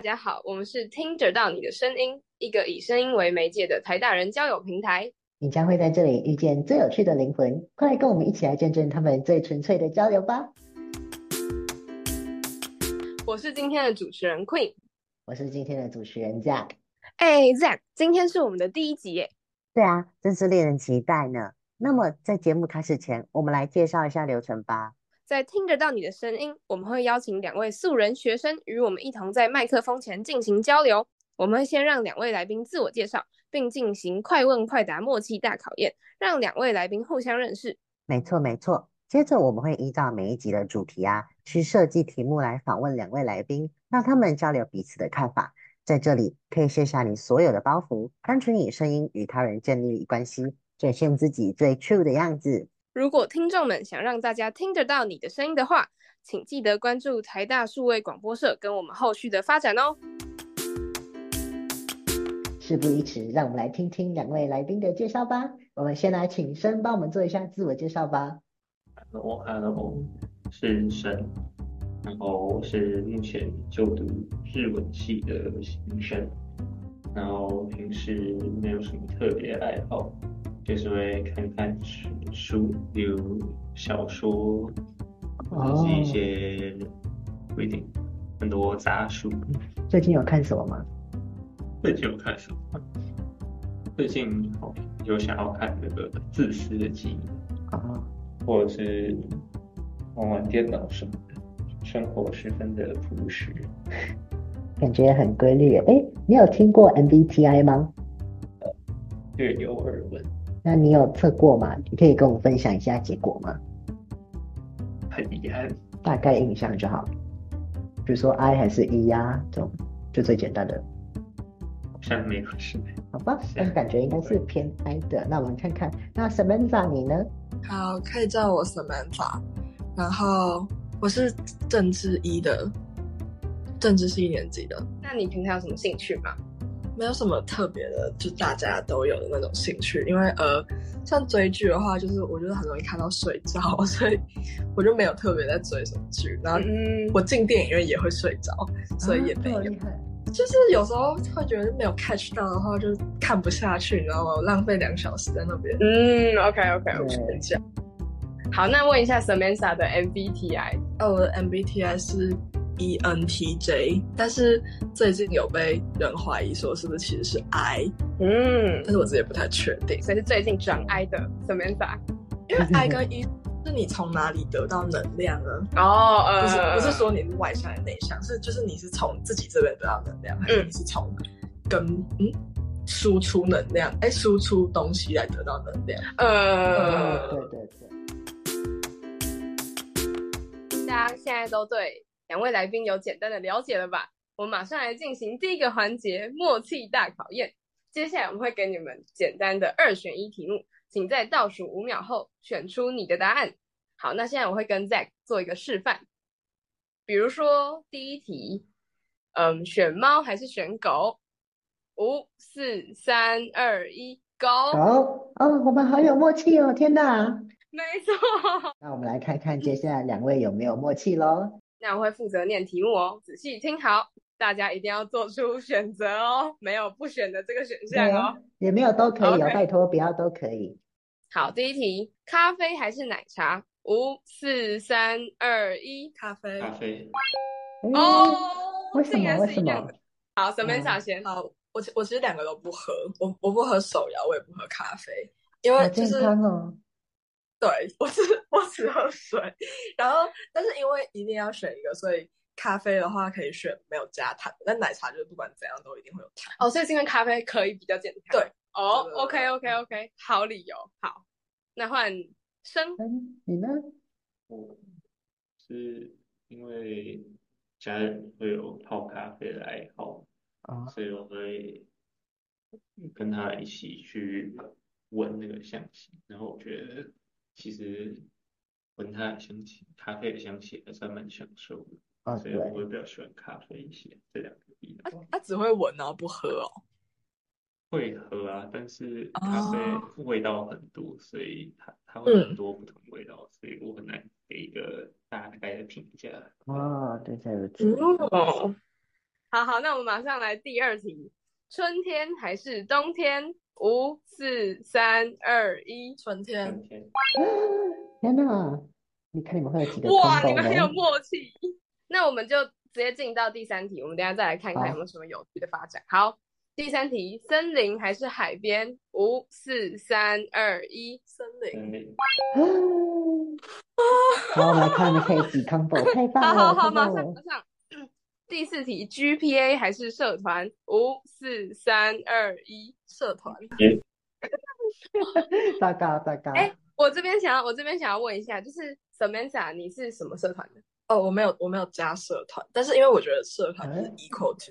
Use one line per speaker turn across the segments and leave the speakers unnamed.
大家好，我们是听着到你的声音，一个以声音为媒介的台大人交友平台。
你将会在这里遇见最有趣的灵魂，快来跟我们一起来见证他们最纯粹的交流吧！
我是今天的主持人 Queen。
我是今天的主持人 Jack。
哎，Zack，今天是我们的第一集耶。
对啊，真是令人期待呢。那么在节目开始前，我们来介绍一下流程吧。
在听得到你的声音，我们会邀请两位素人学生与我们一同在麦克风前进行交流。我们会先让两位来宾自我介绍，并进行快问快答默契大考验，让两位来宾互相认识。
没错，没错。接着我们会依照每一集的主题啊，去设计题目来访问两位来宾，让他们交流彼此的看法。在这里可以卸下你所有的包袱，单纯以声音与他人建立关系，展现自己最 true 的样子。
如果听众们想让大家听得到你的声音的话，请记得关注台大数位广播社跟我们后续的发展哦。
事不宜迟，让我们来听听两位来宾的介绍吧。我们先来请申帮我们做一下自我介绍吧。
我 Hello，是神，然后我是目前就读日文系的新生，然后平时没有什么特别爱好，就是会看看书书，比如小说，或者是一些不一定很多杂书。
最近有看什么吗？
最近有看什么？最近好有想要看那个《自私的记忆》。
哦，
或者是玩玩电脑什么的，生活十分的朴实。
感觉很规律耶。诶，你有听过 MBTI 吗？
略有耳闻，
那你有测过吗？你可以跟我们分享一下结果吗？
很遗憾，
大概印象就好。比如说 I 还是 E 呀、这种就最简单的，
好像没有事。
好吧？
是
但感觉应该是偏 I 的。那我们看看，那 Samantha 你呢？
好，可以叫我 Samantha。然后我是政治一的，政治系一年级的，
那你平常有什么兴趣吗？
没有什么特别的，就大家都有的那种兴趣。因为呃，像追剧的话，就是我觉得很容易看到睡着， 所以我就没有特别在追什么剧。然后
嗯，哦
我进电影院也会睡着，所以也没有。
啊这么厉害。
就是有时候会觉得没有 catch 到的话，就看不下去，你知道吗？我浪费两小时在那边
嗯，OK OK OK。
对
睡觉。
好，那问一下 Samantha 的 MBTI。
呃，我的 MBTI 是 E ENTJ，但是最近有被人怀疑说是不是其实是 I，
嗯
但，是我自己也不太确定，
所以是最近转 I 的 Samantha。
因为 I 跟 E 是你从哪里得到能量呢？
哦，
不是
呃，
不是说你是外向还是内向，是就是你是从自己这边得到能量，还是你是从跟嗯输出能量，哎，输出东西来得到能量？
哦
呃，
对对对。
大家现在都对两位来宾有简单的了解了吧？我们马上来进行第一个环节——默契大考验。接下来我们会给你们简单的二选一题目，请在倒数五秒后选出你的答案。好，那现在我会跟 Zack 做一个示范，比如说第一题，嗯，选猫还是选狗？五、四、三、二、一，狗。
好哦，我们好有默契哦！天哪，
没错。
那我们来看看
嗯
接下来两位有没有默契喽。
那我会负责念题目哦，仔细听好，大家一定要做出选择哦，没有不选的这个选项
对啊
哦。
也没有都可以哦，
OK
拜托不要都可以。
好，第一题，咖啡还是奶茶？五、四、三、二、一。
咖啡
咖啡，
嗯
哦，
为什
竟
么？
然
为
是
什
一
么
样的。？好，Samantha 先。
好，我其我其实两个都不喝，我我不喝手摇，我也不喝咖啡，因
好
为就
健
是
康哦！
对我只 我只喝水，然后但是因为一定要选一个，所以咖啡的话可以选没有加糖，但奶茶就是不管怎样都一定会有糖。
哦，所以是因为咖啡可以比较健康。
对。
哦
对对对
，OK OK OK，好理由。好，那换生。
嗯，你呢？
我是因为家人会有泡咖啡的爱好，
哦，
所以我会跟他一起去闻那个香气，然后我觉得其实闻它的香气，咖啡的香气还算蛮享受的。
哦，
所
对
以，我会比较喜欢咖啡一些，这两个比的话
他只会闻然后不喝哦。
会喝啊，但是咖
哦
啡味道很多，所以它它会有很多不同味道，所以我很难给一个大概的评价。
哦，对对对，
嗯
哦，好好，那我们马上来第二题：春天还是冬天？五、四、三、二、一。
春
春天，
天，
天哪！你看你们会有几个
哇，
combo 哦
你们很
呢
有默契。那我们就直接进到第三题，我们等一下再来看看
好
有没有什么有趣的发展。好，第三题：森林还是海边？五、四、三、二、一。
森林，
森林，
好，我们来看我们可以几 combo，太棒
好
了，
好好，
太
马上
棒了
马！上。 第四题：GPA 还是社团？五、四、三、二、一。
社团，
糟糕糟糕，
哎我这边想要，我这边想要问一下，就是 Samantha，你是什么社团的？
哦，我没有，我没有加社团，但是因为我觉得社团
哎
就是
嗯
equal to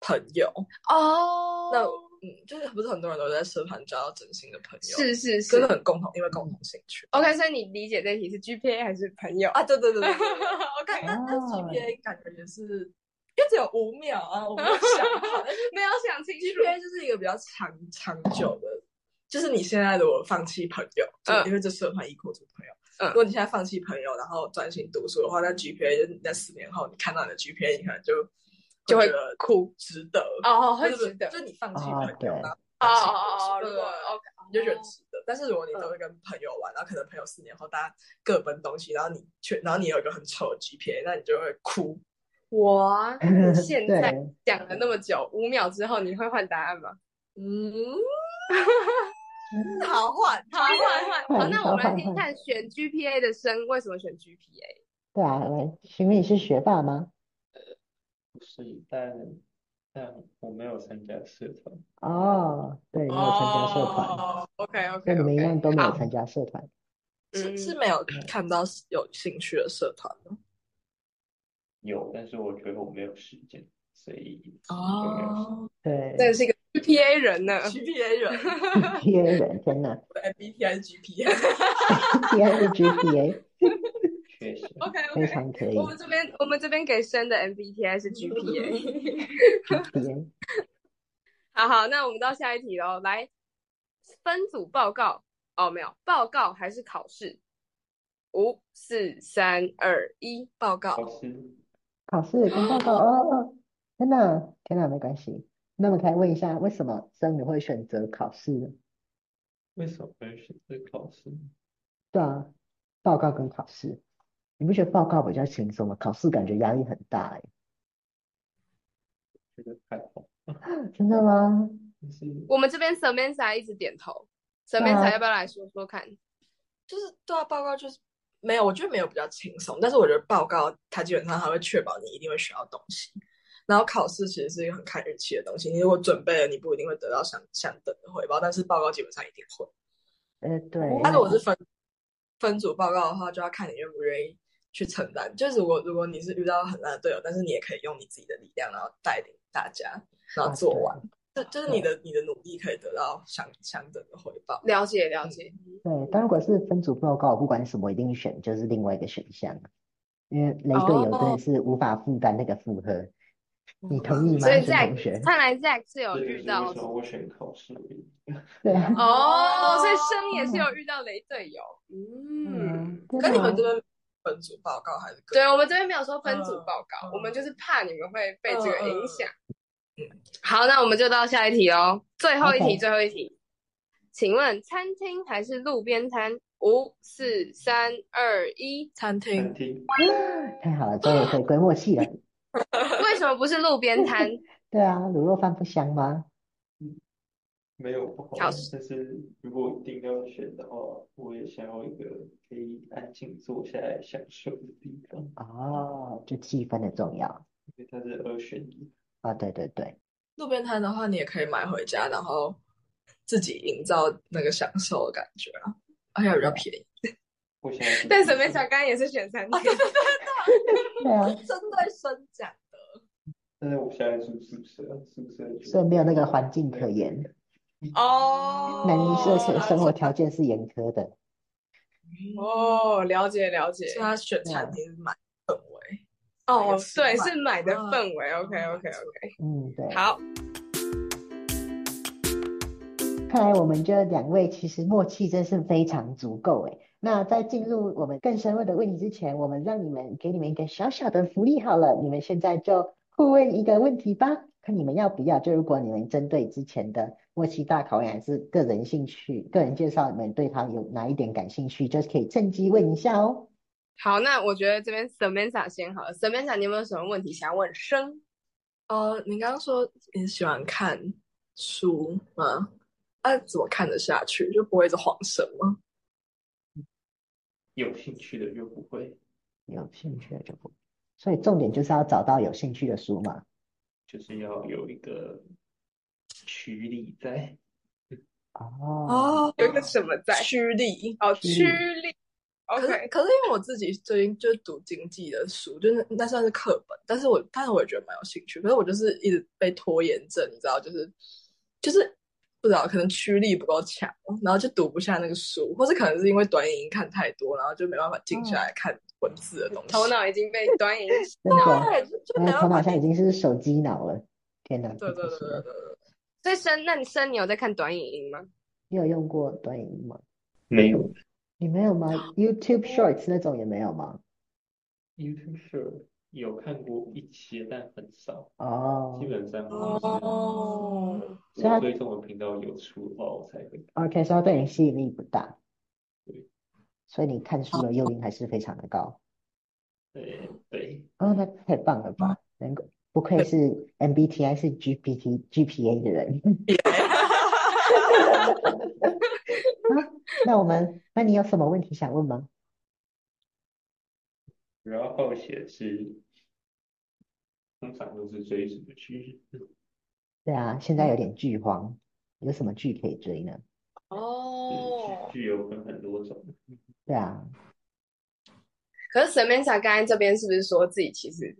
朋友，
哦
那嗯，就是不是很多人都在社团交到真心的朋友，
是是
真
是
的很共同，因为共同兴趣。
，OK，所以你理解这题是 GPA 还是朋友？
啊，对对对对对，
OK，
但但但
哦
GPA 感觉也是，因为只有五秒啊，我没有想 好， 但是
没有想清楚。
GPA 就是一个比较长长久的，就是你现在如果放弃朋友，就
嗯
因为这社团 equal to 朋友，
嗯
如果你现在放弃朋友，然后专心读书的话，那 GPA 就是你在四年后你看到你的 GPA，你可能就
就会
觉得
哭
值得
哦，
不
会
是不是
值得。
就你放弃
哦
朋
对
友，然后
哦
放弃
哦哦哦，
读
如果
书对啊
OK，
你就觉得
哦
值得。但是如果你都是跟朋友玩，然后可能朋友四年后大家各奔东西，然后你却然后你有一个很丑的 GPA，那你就会哭。
我你现
对
在讲了那么久，五秒之后你会换答案吗？
嗯，好换
好，换换。好，
换
那我们来
换
听听看选 GPA 的生为什么选 GPA？
对啊，来，询问你是学霸吗？
不是，但但我没有参加社团，
哦，对，没有参加社团，
哦，OK
跟
OK
你们一
OK，
样都没有
好
参加社团。
是是
嗯
没有看到有兴趣的社团吗
有，但是我觉得我没有时间，所以
哦
就没有时
哦
间。
对，
真的是一个 GPA 人呢。
，GPA 人
GPA 人真的
MBTI GPA，
，GPA 是 GPA，
确实，
OK
非
OK，
常可以
我们这边我们这边给生的 MBTI 是 GPA。
，GPA。
好好，那我们到下一题喽。来，分组报告哦，没有报告还是考试？五、四、三、二、一，
报告
老师，
考试跟报告哦哦，天哪，天哪，没关系。那我们可以问一下，为什么生你会选择考试呢？
为什么会选择考试？
对啊，报告跟考试，你不觉得报告比较轻松吗？考试感觉压力很大哎，
觉得还好，
真的吗？
但是
我们这边 Samantha 一直点头
啊
，Samantha 要不要来说说看？
就是对啊，报告就是没有，我觉得没有比较轻松，但是我觉得报告它基本上它会确保你一定会学到东西，然后考试其实是一个很看运气的东西，你如果准备了，你不一定会得到相相等的回报，但是报告基本上一定会。
呃，对，
但是
那
我是分分组报告的话，就要看你愿不愿意去承担。就是如果如果你是遇到很烂的队友，但是你也可以用你自己的力量，然后带领大家，然后
啊
做
对
完。这就是你的你的努力可以得到相相等的回报。
了解了解，
对，但如果是分组报告，不管什么一定选就是另外一个选项，啊因为雷队友真的
哦
是无法负担那个负荷。你同意吗，
所以
沈嗯同学
Zack 看来 Zack 是有
这
遇
就是
到
为什么我选考试的原因。
对啊，
哦，所以生也是有遇到雷队友，嗯，
真
跟你们
的
这边分组报告还是各
对，我们这边没有说分组
嗯
报告，
嗯
我们就是怕你们会被这个影响
嗯。
好，那我们就到下一题哦，最后一题，
OK
最后一题，请问餐厅还是路边摊？五、四、三、二、一，
餐
餐
嗯
厅
厅，
啊太好了，终于回归默 契了。
为什么不是路边摊？
对啊，卤肉饭不香吗？
没有不好，
考试
但是如果一定要选的话，我也想要一个可以安静坐下来享受的地方，
哦，就气氛的重要
因为它是二选一。
啊，对对对，
路边摊的话，你也可以买回家，然后自己营造那个享受的感觉啊，而且比较便宜。
我想要自 己
但
一
沈
个
美小刚也是选餐厅，
对啊，
针对生讲的，
但是我现在住宿舍，宿舍就
所以没有那个环境可言，
哦
南宁社前生活条件是严苛的。
哦，了解了解
所以他选餐
嗯
厅是买氛围。
哦，对，
买
是买的
嗯
氛围。OK OK
没错
OK，
嗯，对，
好，
看来我们这两位其实默契真是非常足够诶。那在进入我们更深入的问题之前，我们让你们给你们一个小小的福利好了，你们现在就互问一个问题吧，看你们要不要。就如果你们针对之前的默契大考验还是个人兴趣、个人介绍，你们对它有哪一点感兴趣，就是可以趁机问一下哦。
好，那我觉得这边 Samantha 先好了。Samantha，你有没有什么问题想要问生？
呃，你刚刚说你喜欢看书吗？啊，怎么看得下去？就不会一直晃神吗？
有兴趣的就不会，
有兴趣的就不，所以重点就是要找到有兴趣的书嘛。
就是要有一个驱力在。
哦，
哦，
有一个什么在？
驱力。
哦，
驱
驱力。
可是
OK，
可是因为我自己最近就是读经济的书，就是那算是课本，但是我但是我也觉得蛮有兴趣，可是我就是一直被拖延症，你知道，就是就是不知道，可能驱力不够强，然后就读不下那个书，或是可能是因为短影音看太多，然后就没办法静下来看文字的东西。
头脑已经被端影
真的，
对，就就
那
没办
头
法
脑现在已经是手机脑了。天哪，
对
太
对
可
对
惜
对
了。
对对，
所以生，那你生你有在看短影音吗？
你有用过短影音吗？
没有
你没有吗？YouTube Shorts 那种也没有吗？
YouTube Short 有看过一些，但很少，
哦
基本上都是
哦，
所以它
我对中文频道有出的话，我才会看。
，OK，所以它对你吸引力不大
对，
所以你看书的诱因还是非常的高。
对对，
哦，那太棒了吧！能够不愧是 MBTI 是 GPT GPA 的人。 好，那我们，那你有什么问题想问吗？
然后写是通常都是追什么剧？
对啊，现在有点剧荒，有什么剧可以追呢？
哦
剧剧有分很多种，
对啊，
可是 Samantha 刚才这边是不是说自己其实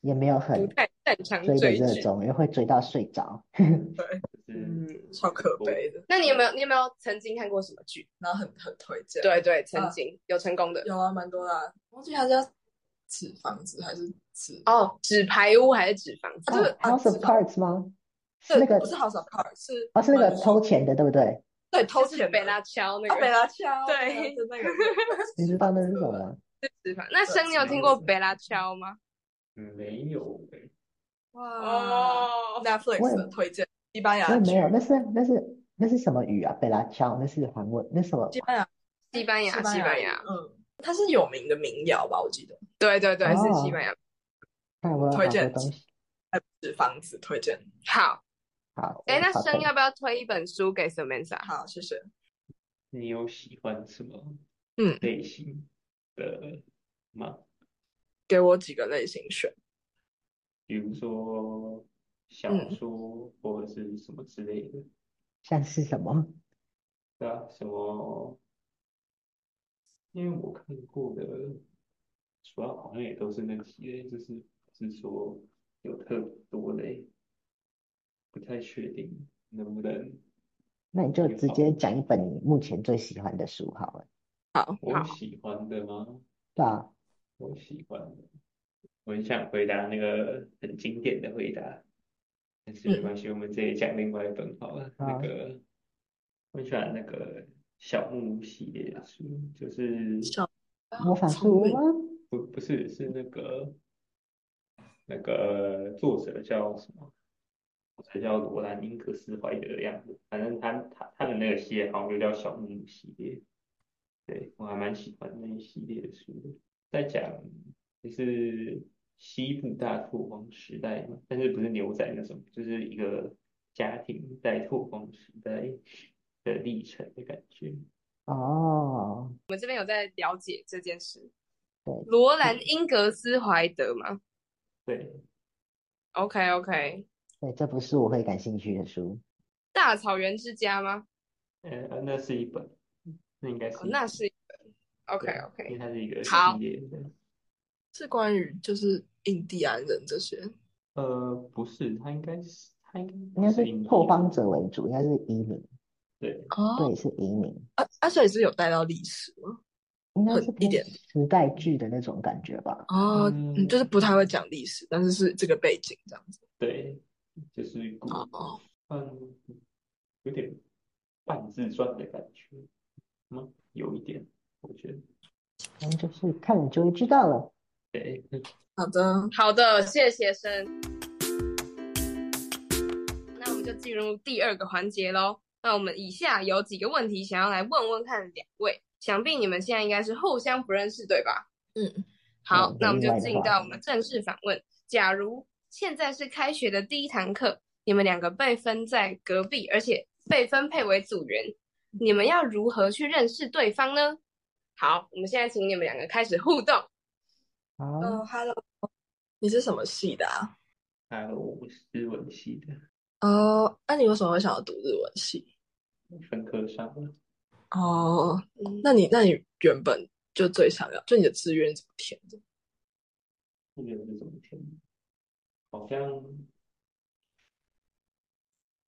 也没有
不
很
太擅长
追的
追
热
剧？
衷，因为会追到睡着。
嗯
就是
嗯超可悲的，
那你有没有你有没有曾经看过什么剧？
然后很很推荐。
对对，曾经有成功的
有啊，蛮多的啊、忘记它叫纸房子还是纸
哦，纸牌屋还是纸房子
啊？这个
啊 House of
知道
Cards 吗？是
对，
那个
不是 House of Cards，是
哦，是那个
嗯
偷钱的，对不对？
对偷
就是
钱
哦贝拉乔那
啊贝
个
拉乔
对
就那个对
你知道那是什么吗？
是纸房。那生你有听过贝拉乔吗？
嗯没有诶
哇
哦，
我
Netflix
也
的推荐西班
我
牙
也
剧
没，有，那是那是那是什么语啊？贝拉乔，那是韩文，那是什么？
西班牙
西班牙，西班牙，
嗯，它是有名的民谣吧？我记得
对对对，是西班牙。
看我有好
推
多
荐
东西。
还有纸房子推荐，
好，
好，
哎，
我
那
好
生
多
要不要推一本书给 Samantha？
好谢谢。
你有喜欢什么
嗯
类型的吗？
给我几个类型选，
比如说小
嗯
说或者是什么之类的，
像是什么？
对啊，什么？因为我看过的，主要好像也都是那几类，就是不是说有特多类，不太确定能不能。
那你就直接讲一本你目前最喜欢的书好了。
哦好，
我喜欢的吗？
对啊，
我喜欢的，我很想回答那个很经典的回答，但是没关系，我们直接讲另外一本好了。那
好
个，我很喜欢那个小木屋系列的书，就是
小
魔法
哦聪
书屋
明
吗？
不不是是那个那个作者叫什么？作者叫罗兰·英格斯怀德的样子，反正他他他的那个系列好像就叫小木屋系列。对，我还蛮喜欢那一系列的书的，在讲就是西部大拓荒时代嘛，但是不是牛仔那种，就是一个家庭在拓荒时代的历程的感觉。
哦，
我们这边有在了解这件事
对。
罗兰·英格斯怀德嘛
对，
，OK OK，
对，这不是我会感兴趣的书。
大草原之家吗？
呃，那是一本，那应该是
哦，
一
那
本
是一个 OK
对啊因
OK，
为它是一个
好
系列的。
是关于就是印第安人这些，
哦
呃，不是，它应该是它应该
应该
不
是
印
拓
第
荒者为主，应该是移民，
对，
哦，
对，是移民，
啊啊，所以是有带到历史吗？
应该
很
是
一
偏
点
时代剧的那种感觉吧。
哦，
嗯
嗯，就是不太会讲历史，但是是这个背景这样子。
对，就是古
哦哦，
嗯，有点半自传的感觉嗯吗？有一点，我觉得。
嗯，就是看了就会知道了。
对，
好的，
好的，谢谢生。那我们就进入第二个环节喽。那我们以下有几个问题想要来问问看两位，想必你们现在应该是互相不认识，对吧？
嗯，
好
嗯，
那我们就
另外的
进
话
到我们正式访问。假如现在是开学的第一堂课，你们两个被分在隔壁，而且被分配为组员，你们要如何去认识对方呢？好，我们现在请你们两个开始互动。
好，
嗯，Hello，你是什么系的啊？
还有我是日文系的，
哦，那你为什么会想要读日文系？
分科啊上了。
哦，那你那你原本就最想要，就你的志愿怎么填的？
那个是怎么填的？好像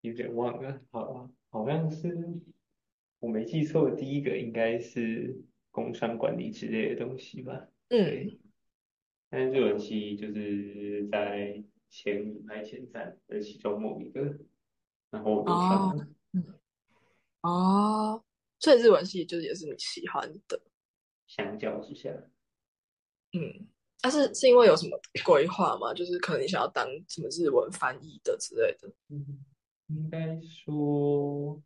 有点忘了，好，好像是我没记错，第一个应该是工商管理之类的东西吧。
嗯，
对，但是日文系就是在前五还前三的其中某一个，然后我就上了。
哦，所以日文系就是也是你喜欢的，
相较之下，
嗯，但是是因为有什么规划吗？就是可能你想要当什么日文翻译的之类的，
嗯，应该说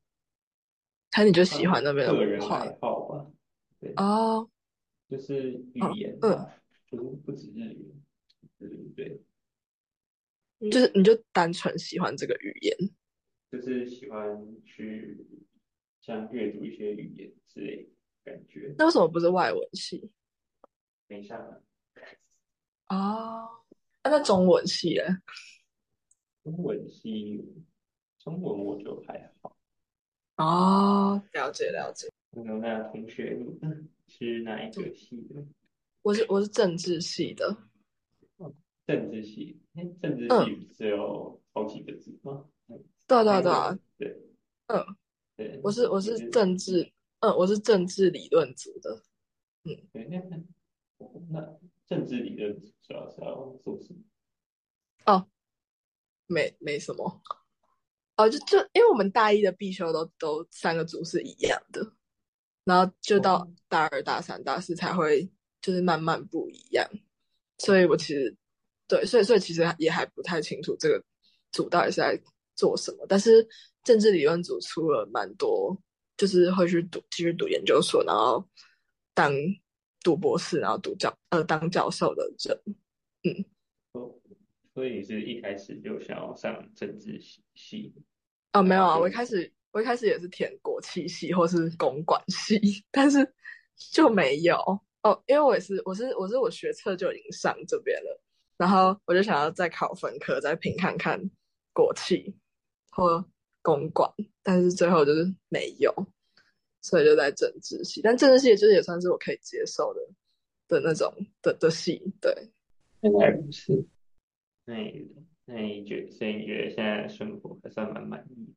还是你就喜欢那边的
个
文
人
化？
爱好吧。对。
哦，
就是语
嗯
言
嗯
吧，就是不止日语，对对
就是你就单纯喜欢这个语言。
对，就是喜欢去像阅读一些语言之类的感觉，
那为什么不是外文系？
没上啊。
哦，啊那中文系嘞？
中文系，中文我就还好。
哦，了解了解。
那个那同学你们是哪一个系的？
我是我是政治系的，
政治系，哎，政治系
嗯
不是有好几个字吗？嗯
对啊对
哪
啊
一
对
个
啊，
对，
嗯，
对，
我是我
就是
政治，嗯，我是政治理论组的。
对，那那政治理论主要是要做什么？
没没什么。哦，就就因为我们大一的必修都都三个组是一样的，然后就到
哦
大二、大三、大四才会就是慢慢不一样，所以我其实对，所以所以其实也还不太清楚这个组到底是在做什么，但是政治理论组出了蛮多，就是会去读继续读研究所，然后当读博士，然后读教呃当教授的人，
哦，所以你是一开始就想要上政治系系，
哦，没有
然
啊，
后
我一
就
开始我一开始也是填国企系或是公管系， 但是就没有哦，因为我也是我是我是我学测就已经上这边了，然后我就想要再考分科，再评看看国企或公管，但是最后就是没有，所以就在政治系，但政治系就是也算是我可以接受的的那种的的系，对。
原来如此。那你那你觉，所以你觉得现在生活还算蛮满意，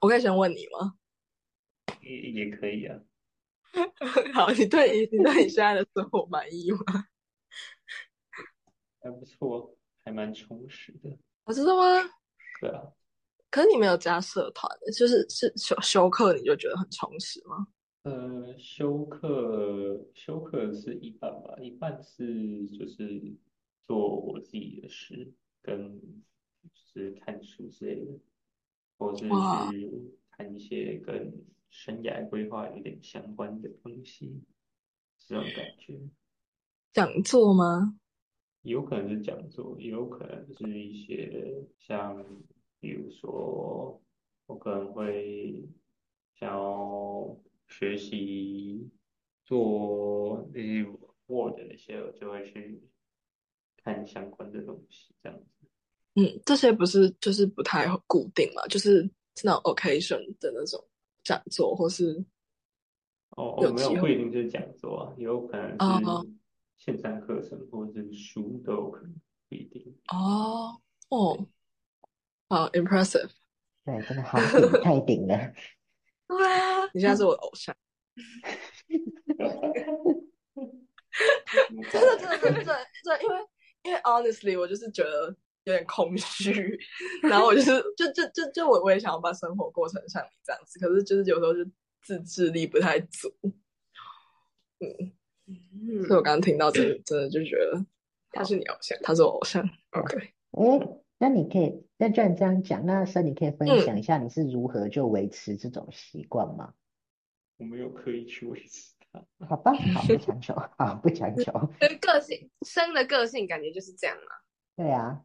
我可以先问你吗？
也也可以啊。
好，你对你你对你现在的生活满意吗？
还不错，还蛮充实的，
我知道吗？
对啊。
可是你没有加社团，就是是休休课你就觉得很充实吗？
呃，修课修课是一半吧，一半是就是做我自己的事，跟就是看书之类的，或是
哇
去看一些跟生涯规划有点相关的东西，这种感觉，
讲座吗？
有可能是讲座，也有可能是一些像比如说我可能会想要学习做那些 Word 那些，我就会去看相关的东西，这样子。
嗯，这些不是就是不太固定嘛，就是是那种 occasion 的那种讲座，或是
哦，
有
哦，没有，
机会
不一定就是讲座啊，也有可能
哦
是线上课程或者是书都有可能，不一 定。
哦哦，好 impressive。
对，真的好顶，太顶了。
嗯
对啊，你现在是我的偶像， 真的真的真的真的真的，因为因为 honestly 我就是觉得有点空虚， 然后我就是就就就就我我也想要把生活过成像你这样子，可是就是有时候就自制力不太
嗯
足。所以我刚刚听到真的真的就觉得
他是你偶像，他是我偶像。OK，
诶，那你可以，那既然这样讲，那森你可以分
嗯
享一下你是如何就维持这种习惯吗？
我没有刻意去维持它。
好吧，好，不强求，好，不强求。
所以个性生的个性感觉就是这样嘛。
对啊，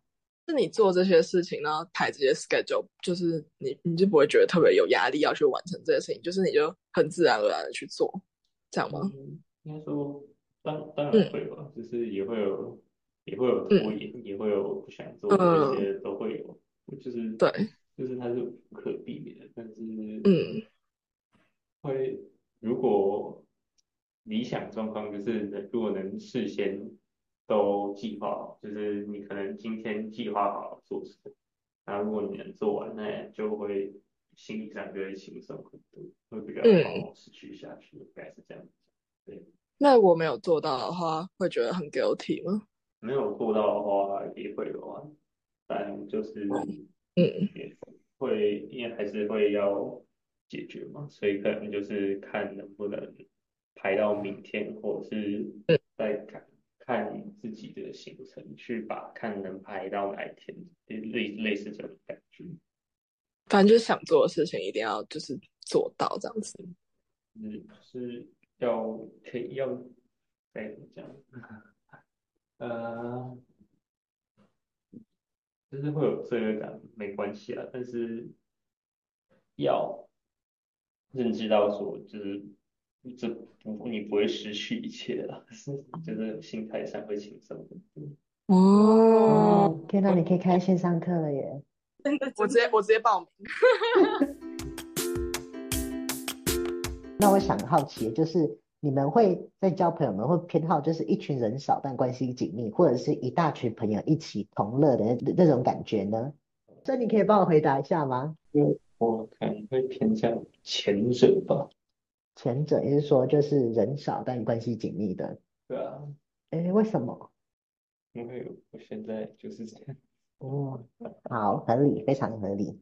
是你做这些事情，然后排这些 schedule，就是你你就不会觉得特别有压力要去完成这些事情，就是你就很自然而然的去做，这样吗？
嗯，应该说，当当然
嗯
会吧，就是也会有，也会有拖延，也会有不想做，
嗯
这些都会有，就是
对，
就是它是无可避免的，但是
嗯
会如果理想状况就是能，如果能事先都计划好，就是你可能今天计划好做什么，然后如果你能做完，那就会心理上就会轻松很多，会比较
嗯
好持续下去，应该是这样子。
那如果没有做到的话，会觉得很 guilty 吗？
没有做到的话也会有啊，但就是
嗯
也会，因为还是会要解决嘛，所以可能就是看能不能排到明天，或者是再看看自己的行程，去把看能排到哪一天，类类似这种感觉。
反正就是想做的事情一定要就是做到这样子。
嗯，是要可以要该怎么讲？ 呃，就是会有罪恶感，没关系啊，但是要认知到说，就是这不你不会失去一切了，就是心态上会轻松很多。
嗯
哦，天哪，你可以开线上课了耶！
我直接我直接报名。
那我想好奇，就是你们会在交朋友们会偏好，就是一群人少但关系紧密，或者是一大群朋友一起同乐的那那种感觉呢？这你可以帮我回答一下吗？
我可能会偏向前者吧，
前者，也就是说，就是人少但关系紧密的。
对啊，
诶，为什么？
因为我现在就是这样。
哦，好，合理，非常合理。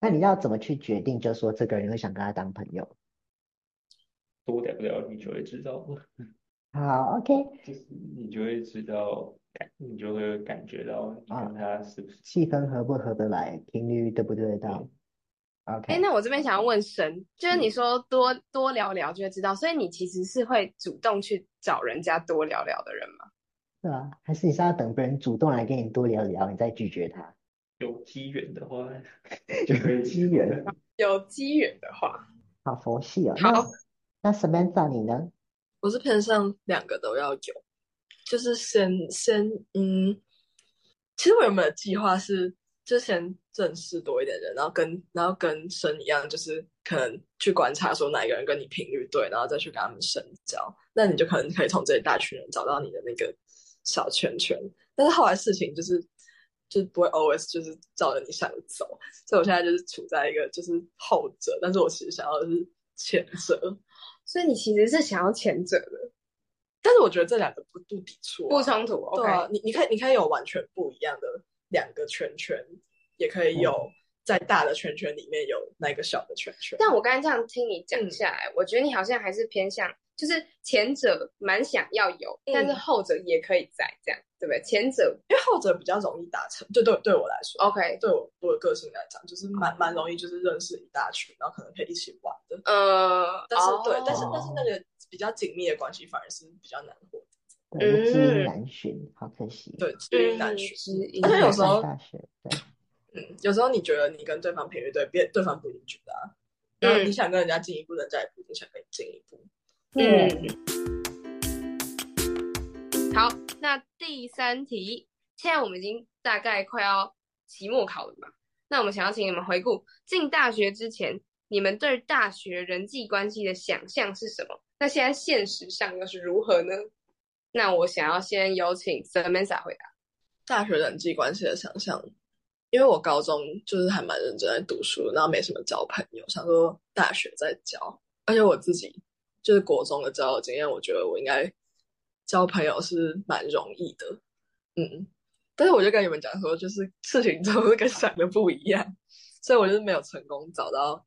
那你要怎么去决定，就说这个人会想跟他当朋友？
多聊聊，你就会知道了。
好，OK，
就是你就会知道，感你就会感觉到你
啊
跟他是不是
气氛合不合得来，频率对不对得到
嗯
哎、
？OK，
那我这边想要问神，就是你说多多聊聊就会知道，所以你其实是会主动去找人家多聊聊的人吗？
是吧？还是你是要等别人主动来跟你多聊聊，你再拒绝他？
有机缘 的话，就会
机缘。
有机缘的话，
好佛系哦。
好
那那 Samantha 你呢？
我是偏向两个都要有，就是先先嗯，其实我原本的计划是，就先认识多一点人，然后跟然后跟生一样，就是可能去观察说哪一个人跟你频率对，然后再去跟他们深交，那你就可能可以从这一大群人找到你的那个小圈圈。但是后来事情就是就是不会 always 就是照着你想的走，所以我现在就是处在一个就是后者，但是我其实想要的是前者。
所以你其实是想要前者的，哦
但是我觉得这两个不不抵触啊、
不冲突。OK，
对啊，你你可以你可以有完全不一样的两个圈圈，也可以有在大的圈圈里面有那个小的圈圈。
但我刚才这样听你讲下来，我觉得你好像还是偏向，就是前者蛮想要有，
嗯
但是后者也可以在这样，对不对？前者
因为后者比较容易达成，对对对我来说
OK，
对我我的个性来讲，就是蛮蛮容易就是认识一大群，然后可能可以一起玩的。
呃，
但是、对
哦，
但是但是那个比较紧密的关系反而是比较难获得，
对，知音
嗯
难寻，好可惜。
对，就是
嗯
难寻。
知音
而且有时
上
候
大学，对，
嗯，有时候你觉得你跟对方频率对，别对方不一定觉得啊。
嗯
然后你想跟人家进一步，人家也不一定想跟你进一步。
对
嗯，好，那第三题，现在我们已经大概快要期末考了嘛，那我们想要请你们回顾进大学之前，你们对大学人际关系的想象是什么？那现在现实上又是如何呢？那我想要先有请 Samantha 回答。
大学人际关系的想象，因为我高中就是还蛮认真在读书，然后没什么交朋友，想说大学再交。而且我自己就是国中的交友经验，我觉得我应该交朋友是蛮容易的，嗯。但是我就跟你们讲说，就是事情总是跟想的不一样， 所以我就是没有成功找到，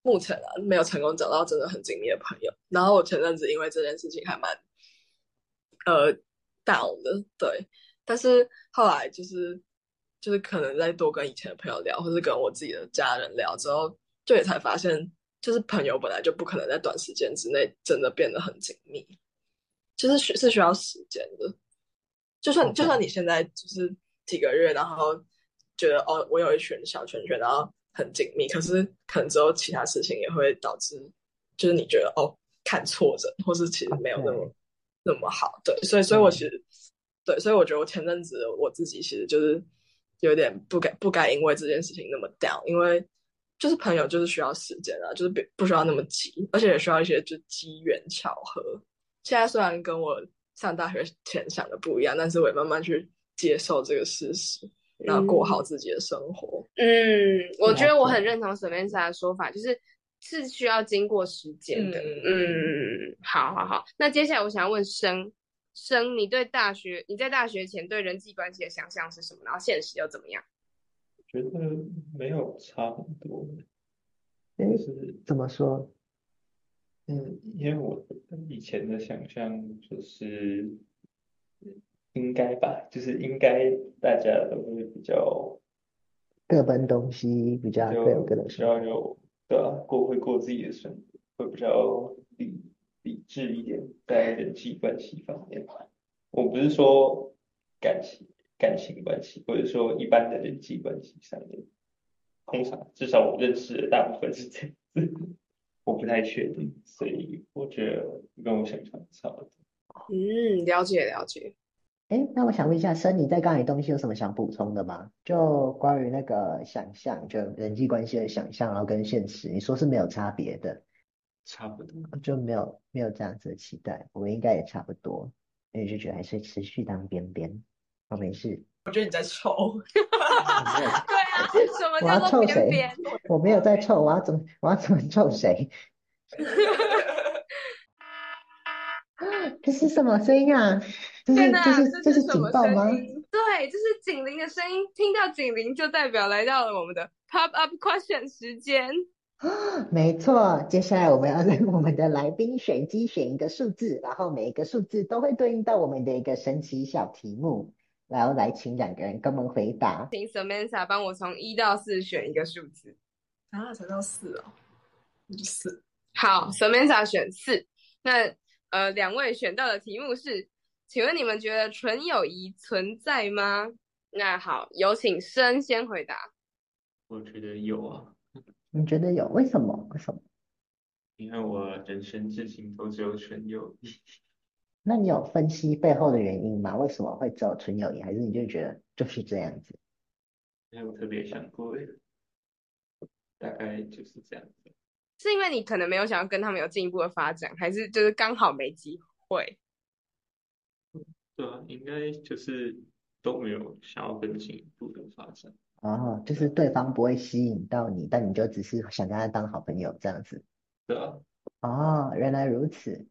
目前啊没有成功找到真的很紧密的朋友。然后我前阵子因为这件事情还蛮，呃，down 的，对，但是后来就是就是可能再多跟以前的朋友聊，或是跟我自己的家人聊之后，就也才发现，就是朋友本来就不可能在短时间之内真的变得很紧密，就是需是需要时间的。就算就算你现在就是几个月，然后觉得哦，我有一群小圈圈，然后很紧密，可是可能之后其他事情也会导致，就是你觉得哦看错人，或是其实没有那么那么好。对，所以所以我其实对，所以我觉得我前阵子我自己其实就是有点不该不该因为这件事情那么 down，因为就是朋友就是需要时间啊，就是不不需要那么急，而且也需要一些就机缘巧合。现在虽然跟我。上大学前想的不一样，但是我也慢慢去接受这个事实，然后过好自己的生活。
嗯，我觉得我很认同 Samantha 的说法，就是是需要经过时间的。
嗯
嗯，好好好。那接下来我想要问生生，你对大学你在大学前对人际关系的想象是什么？然后现实又怎么样？
觉得没有差很多，
哎，
就是
怎么说？
嗯，因为我以前的想象就是呃应该吧，就是应该大家都会比较
各奔东西，比较啊各有
就
各的
比
生活。
较有，对啊，过会过自己的生活，会比较理理智一点，在人际关系方面吧。我不是说感情感情关系，或者说一般的人际关系上面，通常至少我认识的大部分是这样子，我不太确定，所以我觉得跟我想象的差不多。
嗯，了解了解。
哎，那我想问一下，生你在刚才东西有什么想补充的吗？就关于那个想象，就人际关系的想象，然后跟现实，你说是没有差别的，
差不多，
就没有没有这样子的期待，我应该也差不多，因为就觉得还是持续当边边，哦，没事，
我觉得你在抽，
我没有，
对啊，什么叫做
我要臭
边
谁
边？
我没有在臭，我要怎么我要怎么臭谁？ 这是什么声音啊？这是
天哪，
这是
这
这
是
是
什
警
么
报
声
吗？
音？对，这是警铃的声音。听到警铃，就代表来到了我们的 pop up question 时间。
没错，接下来我们要让我们的来宾随机选一个数字，然后每一个数字都会对应到我们的一个神奇小题目，然后来请两个人跟我们回答。
请 Samantha 帮我从一到四选一个数字。
啊，才到四哦，那就四。
好，Samantha 选四。那呃，两位选到的题目是，请问你们觉得纯友谊存在吗？那好，有请生先回答。
我觉得有啊，
你觉得有？为什么？为什么？
因为我人生至今都只有纯友谊。
那你有分析背后的原因吗？为什么会只有纯友谊？还是你就觉得就是这样子？
没哎有特别想过耶，大概就是这样子。
是因为你可能没有想要跟他们有进一步的发展，还是就是刚好没机会？
对啊，应该就是都没有想要更进一步的发展。
哦，就是对方不会吸引到你，但你就只是想跟他当好朋友这样子。
对啊，
哦，原来如此，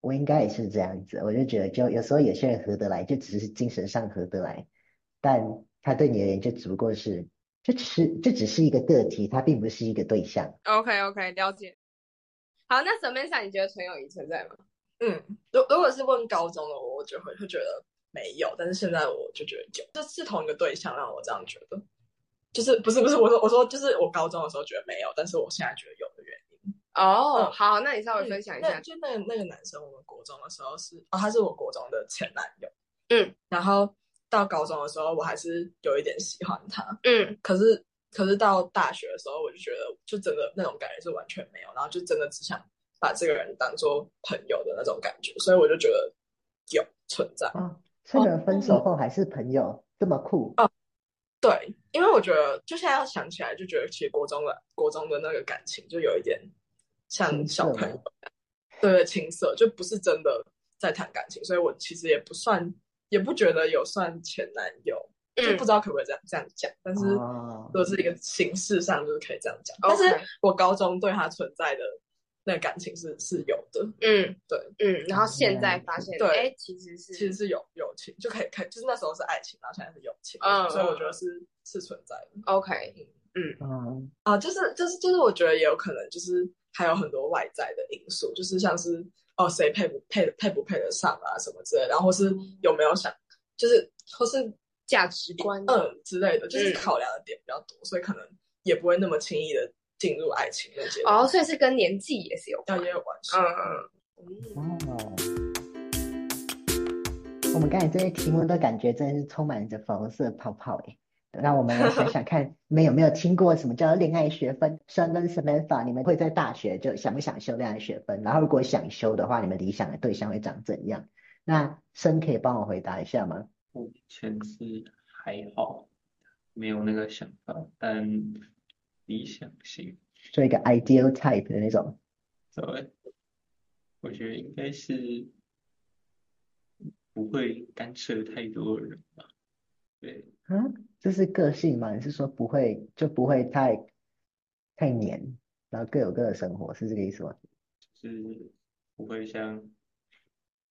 我应该也是这样子。我就觉得就，有时候有些人合得来，就只是精神上合得来，但他对你而言就只不过是，就只是就只是一个个体，他并不是一个对象。
OK OK，了解。好，那 Samantha，你觉得纯友谊存在吗？
嗯，如如果是问高中的我，我就会会觉得没有，但是现在我就觉得有，这是同一个对象让我这样觉得，就是不是不是，我说我说就是我高中的时候觉得没有，但是我现在觉得有的原因。
哦、
嗯
好，那你稍微
嗯
分享一
那
下。
就那个那个男生，我们国中的时候是哦，他是我国中的前男友，
嗯，
然后到高中的时候，我还是有一点喜欢他，
嗯
可是可是到大学的时候，我就觉得就真的那种感觉是完全没有，然后就真的只想把这个人当做朋友的那种感觉，所以我就觉得有存在，
哦，嗯这个分手后还是朋友，这么酷。
对，因为我觉得就现在要想起来，就觉得其实国中的国中的那个感情就有一点像
青
小
涩
朋
吗
友，对，青涩，就不是真的在谈感情，所以我其实也不算，也不觉得有算前男友，就
嗯
不知道可不可以这样这样讲，但是
哦，
如果是一个形式上就是可以这样讲，但
OK
是我高中对他存在的那个感情是是有的，
嗯
对
嗯，然后现在发现，
对
哎，其实是
其实是有友情，就可以可以，就是那时候是爱情，然后现在是友情，
嗯
所以我觉得是是存在的。
OK，
嗯，
啊，就是就是就是，我觉得也有可能就是还有很多外在的因素，就是像是哦谁配不配配不配得上啊什么之类的，然后或是有没有想，就是或是
价值观
嗯之类的，就是
嗯
考量的点比较多，所以可能也不会那么轻易的进入爱情的阶段，
哦，所以是跟年纪也是有关
但。也有关系。
嗯嗯嗯，
哦，我们刚才这些题目都感觉真的是充满着粉红色的泡泡诶，让我们来想想看，你们有没有听过什么叫恋爱学分？生跟 Samantha，你们会在大学就想不想修恋爱学分？然后如果想修的话，你们理想的对象会长怎样？那生可以帮我回答一下吗？
目前是还好，没有那个想法，但理想型，
做一个 ideal type 的那种，
对，我觉得应该是不会干涉太多人吧。对，
啊，这是个性吗？你是说不会就不会太太黏，然后各有各的生活，是这个意思吗？
就是不会像，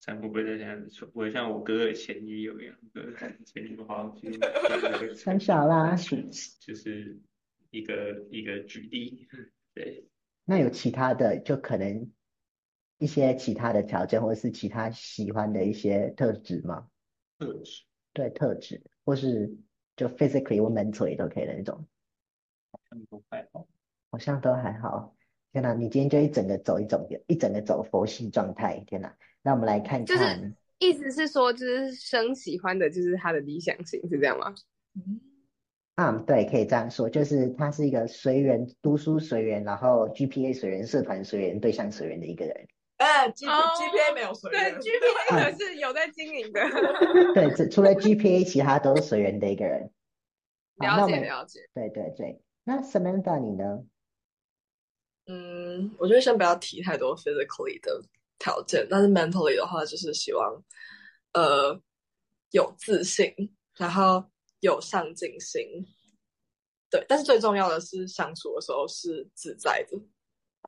像不会再这样子，不会像我哥的前女友一样，哥的前女友好像就是
太小啦，
就是一个一个举例，对。
那有其他的，就可能一些其他的条件，或是其他喜欢的一些特质吗？
特质，
对，特质，或是就 physically 或 mentally 也都可以的那种，
像都还好。
好像都还好。天哪，你今天就一整个走一种一整个走佛系状态，天哪！那我们来看
就是
看，
意思是说，就是生喜欢的就是他的理想型是这样吗？
嗯
啊，对，可以这样说，就是他是一个随缘读书随缘，然后 GPA 随缘，社团随缘，对象随缘的一个人。
哎，G P
哦
G P A 没有随缘，
G P
可
是有在经营 的，
对，这除了 GPA，其他都是随缘的一个人。好，那
了
我
解
们
了解。
对对对，那 Samantha 你呢？
嗯，我觉得先不要提太多 physically 的条件，但是 mentally 的话，就是希望呃有自信，然后有上进心，对。但是最重要的是相处的时候是自在的，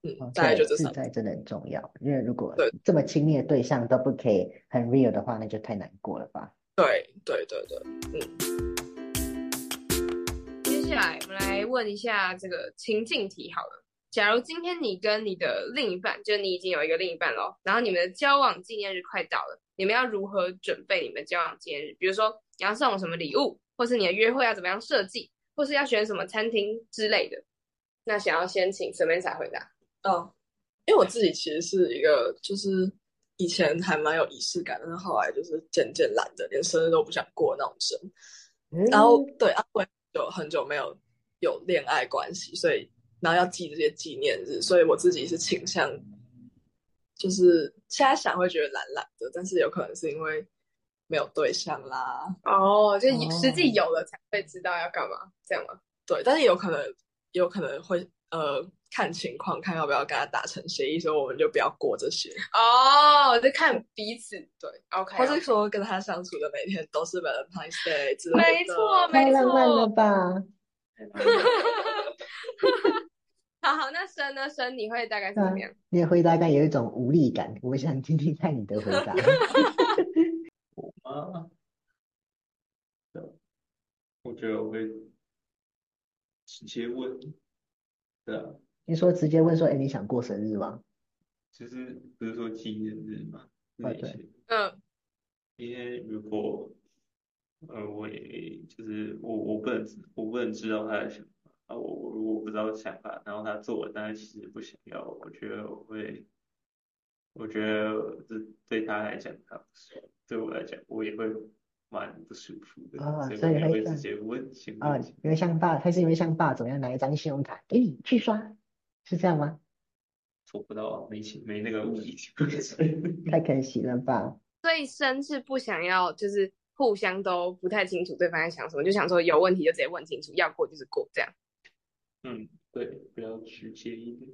嗯，
哦，
大概就
对，
这
自
三
在真的很重要，因为如果
对
这么亲密的对象都不可以很 real 的话，那就太难过了吧。
对对对对，
接下来我们来问一下这个情境题好了。假如今天你跟你的另一半，就是你已经有一个另一半喽，然后你们的交往纪念日快到了，你们要如何准备你们交往纪念日？比如说你要送什么礼物，或是你的约会要怎么样设计，或是要选什么餐厅之类的。那想要先请 Samantha 回答。
嗯，因为我自己其实是一个就是以前还蛮有仪式感，但是后来就是渐渐懒得，连生日都不想过那种生。然
嗯
后
嗯
对，啊，我也有很久没有有恋爱关系，所以然后要记这些纪念日，所以我自己是倾向，就是现在想会觉得懒懒的，但是有可能是因为没有对象啦，
哦，就
哦
实际有了才会知道要干嘛，这样吗？
对，但是有可能有可能会呃看情况，看要不要跟他达成协议，所以我们就不要过这些，
哦，就看彼此
对，
，OK，
或是说跟他相处的每天都是 Valentine's Day 之类
没
的，
错
太
没
浪漫了
错
吧？
好好，那生呢？生你会大概是怎么样？
你的回答感有一种无力感，我想听听看你的回 答。
啊，对，我觉得我会直接问，对啊，
你说直接问说，哎，你想过生日吗？
就是不是说纪念日嘛，
啊
那
对
些，
嗯，
因为如果呃，我也就是我我不能知我不能知道他的想法啊，我我如果不知道想法，然后他做了，但是其实不想要，我觉得我会，我觉得这对他来讲他不舒服，对我来讲我也会蛮不舒服的，
啊
所以
所以
我也
会
会
这
直
样
接问，先
啊，
问
因为像爸，他是因为像爸怎么样拿一张信用卡给你去刷，是这样吗？
做不到，没钱没那个物力。
太可惜了吧？
所以生是不想要，就是互相都不太清楚对方在想什么，就想说有问题就直接问清楚，要过就是过这样。
嗯， 对，不要直接一点。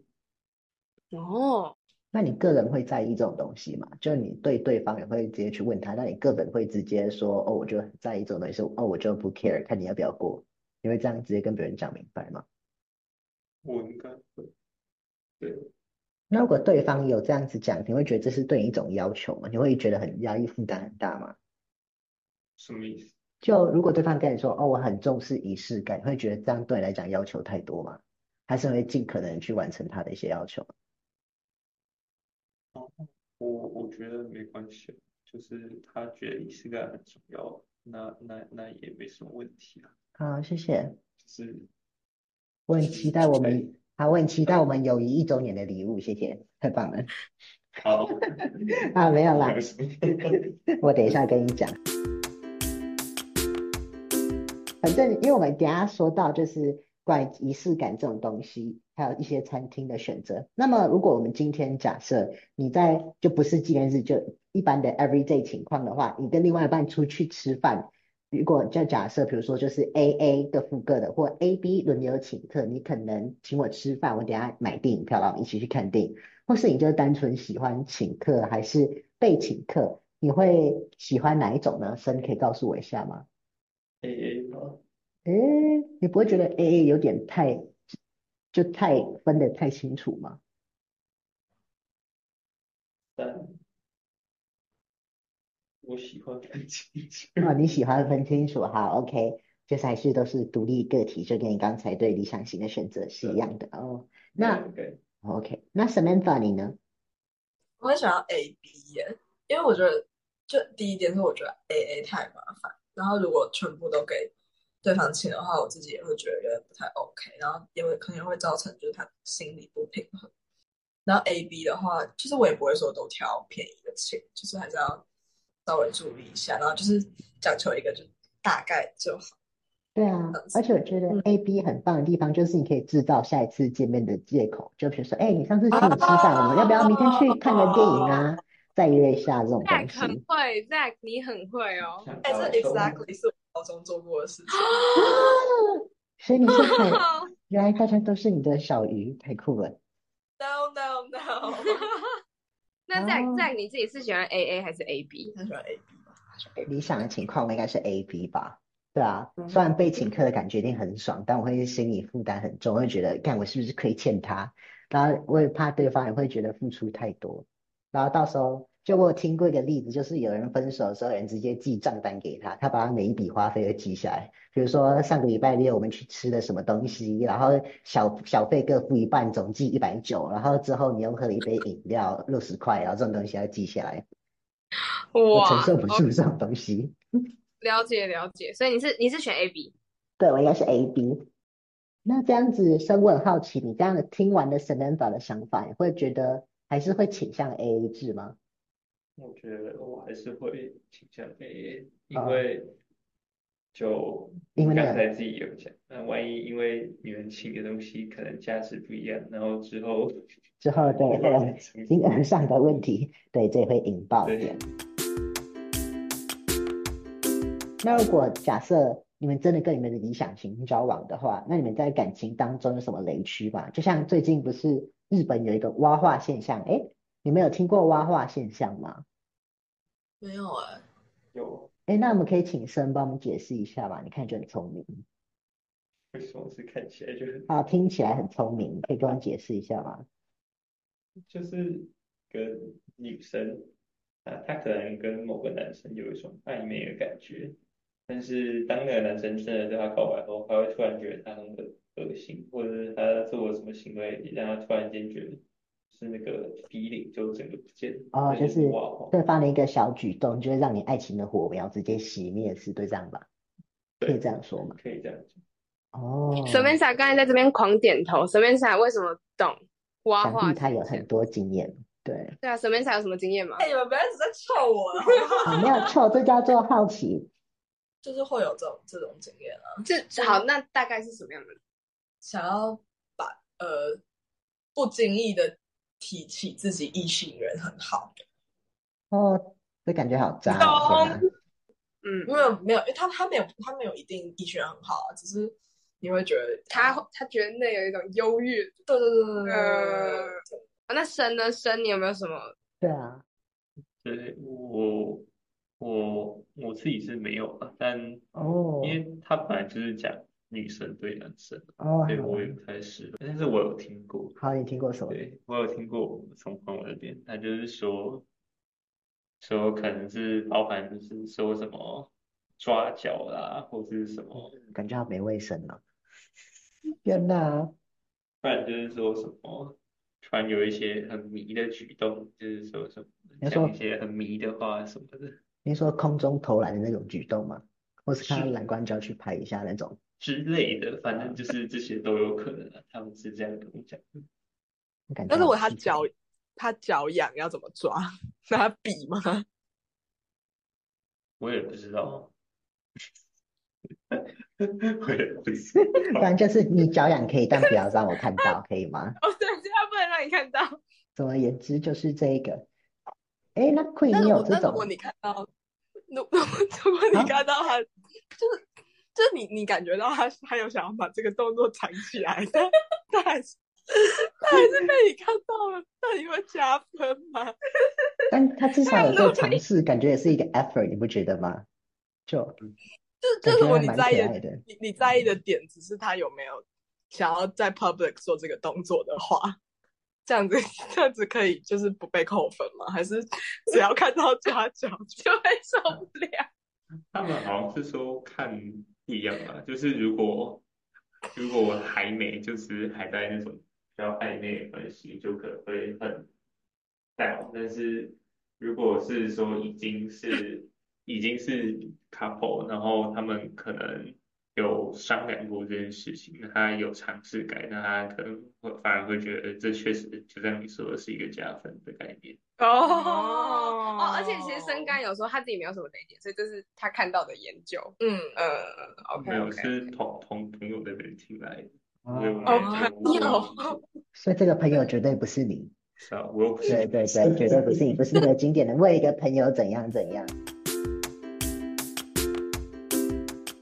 哦，
那你个人会在意这种东西吗？就你对对方也会直接去问他，那你个人会直接说哦，我就很在意这种东西，哦，我就不 care，看你要不要过，你会这样直接跟别人讲明白吗？
我应该会，对，
那如果对方有这样子讲，你会觉得这是对你一种要求吗？你会觉得很压力负担很大吗？
什么意思？
就如果对方跟你说哦，我很重视仪式感，你会觉得这样对你来讲要求太多吗？还是会尽可能去完成他的一些要求？
我我觉得没关系，就是他觉得仪式感很重要，那那那也没什么问题啊，
好，谢谢。
就是
我很期待我们，好，我很期待我们友谊一周年的礼物，谢谢，太棒了。
好，
啊，没有啦， 我等一下跟你讲。反正，因为我们等一下说到就是关于仪式感这种东西，还有一些餐厅的选择。那么，如果我们今天假设你在就不是纪念日，就一般的 everyday 情况的话，你跟另外一半出去吃饭，如果就假设比如说就是 A A 各付各的，或 A B 轮流请客，你可能请我吃饭，我等一下买电影票，然后我们一起去看电影。或是你就单纯喜欢请客，还是被请客？你会喜欢哪一种呢？生可以告诉我一下吗？
A A 吗？
诶，你不会觉得 AA 有点太，就太分得太清楚吗？
但我喜欢看清楚。
哦，你喜欢分清楚，好，OK，就是还是都是独立个体，就跟你刚才对理想型的选择是一样的哦。那
对
OK，那 Samantha 你呢？
我很想要 A B 耶，因为我觉得就第一点是我觉得 A A 太麻烦，然后如果全部都给对方请的话，我自己也会觉得有点不太 OK，然后也会可能会造成就是他心理不平衡。然后 A B 的话，就是我也不会说都挑便宜的请，就是还是要稍微注意一下，然后就是讲求一个就大概就好。
对啊，而且我觉得 AB 很棒的地方就是你可以制造下一次见面的借口，就比如说，哎，你上次请我吃饭，我们要不要明天去看个电影啊？再约一下这种东
Zack 很
西。
会，Zack 你很会哦。
哎、这 exactly 是我高中做过的事情。
所以你是很，
好
原来大家都是你的小鱼，太酷了。
No no no，
那 Zack
哦
Zack 你自己是喜欢 AA 还是 AB？
很喜欢 A B 吧？
理想的情况应该是 AB 吧？对啊，虽然被请客的感觉一定很爽，但我会心理负担很重，会觉得干我是不是亏欠他？然后我也怕对方也会觉得付出太多，然后到时候就我有听过一个例子，就是有人分手的时候，有人直接记账单给他，他把他每一笔花费都记下来。比如说上个礼拜六我们去吃了什么东西，然后小小费各付一半，总计一百九，然后之后你又喝了一杯饮料六十块，然后这种东西要记下来，我承
哇，
受不
哦
住这种东西。
了解了解，所以你是你是选 AB。
对，我应该是 A B。那这样子，深我很好奇，你这样听完的 Samantha 的想法，你会觉得还是会倾向 A A 制吗？
我觉得我还是会倾向 AA，因
啊
为就
因为那
刚
个
才自己有讲，那万一因为你们请的东西可能价值不一样，然后之后
之后哦 对
会
会
有
有金额上的问题，对，这也会引爆一点。那如果假设你们真的跟你们的理想型交往的话，那你们在感情当中有什么雷区吗？就像最近不是日本有一个蛙化现象，哎，你们有听过蛙化现象吗？
没有哎、
有
哎，那我们可以请生帮我们解释一下吗？你看就很聪明。
为什么是看起来就很
啊，听起来很聪明，可以跟我解释一下吗？
就是跟女生啊，她可能跟某个男生有一种暧昧的感觉，但是当那个男生真的对她告白后，她会突然觉得他很恶恶心，或者是他做了什么行为让她突然间觉得是那个 feeling 就整个不见了，
哦
那
就
就是哇哦，
对方的一个小举动，就会让你爱情的火苗直接熄灭，是对这样吧？可以这样说吗？
可以这样讲。
哦，
Samantha 刚才在这边狂点头，Samantha 为什么懂挖
想
话
必他有
现
很
象
多经验，对，
对啊，Samantha 有什么经验吗？
哎、你们不要一直在臭我了，好不好？
啊，没有错，这叫做好奇。
就是会有这种这种经验啊，
这好，那大概是什么样的？
想要把呃不经意的提起自己异性缘很好，
哦，这感觉好渣哦，天哪！
嗯，
没有没有，因为他他没有他没有一定异性缘很好啊，只是你会觉得
他他觉得那有一种优越。
对对对对对
呃
对，
啊那生呢？生你有没有什么？
对啊，
对，我我我自己是没有了，但
哦
因为他本来就是讲女生对男生，
哦，
所以我也不太适合，但是我有听过，
好，你听过什么？
对，我有听过从朋友那边，他就是说说可能是包含就是说什么抓脚啦，或是什么，
感觉好没卫生哦。天哪，
不然就是说什么突然有一些很迷的举动，就是说什么
你
讲
说
一些很迷的话什么的。
你说空中投篮的那种举动吗？或是看到
是
蓝光就要去拍一下那种。
之类的，反正就是这些都有可能啊。他们是这样跟我讲，
感觉
但是
好
我他
刺激
脚他脚痒要怎么抓？ 拿笔吗？
我也不知道， 我也不知道。
反正就是你脚痒可以，但不要让我看到，可以吗？
哦，对，这样不能让你看到。
总而言之，就是这一个。哎，那 Queen，
但
你
是
有
我
这
但如
种啊
果你看到， 如如果你看到他，就是就是你你感觉到他他有想要把这个动作藏起来，但但还是但还是被你看到了，那你会加分吗？
但他至少有这个尝试，感觉也是一个 effort，你不觉得吗？就
就是
感
就是
觉
如果
还
你
蛮
在意
可
的
爱的。
你你在意的点只是他有没有想要在 public 做这个动作的话，这样子这样子可以就是不被扣分吗？还是只要看到抓脚就会受不了？
他们好像是说看不一样吧，就是如果如果我还没，就是还在那种比较暧昧的关系，就可能会很在乎。但是如果是说已经是已经是 couple，然后他们可能有商量过这件事情，那他有尝试改，那他可能会反而会觉得这确实就像你说的是一个加分的概念。
哦哦，而且其实生肝有时候他自己没有什么雷点，所以这是他看到的研究。
嗯。
呃，OK
没有
OK，
是同同朋友那边听来的。我又没
哦，
有，
所以这个朋友绝对不是你，
是啊，我又不
对
是
对对，绝对不是你，不是那个经典的为一个朋友怎样怎样。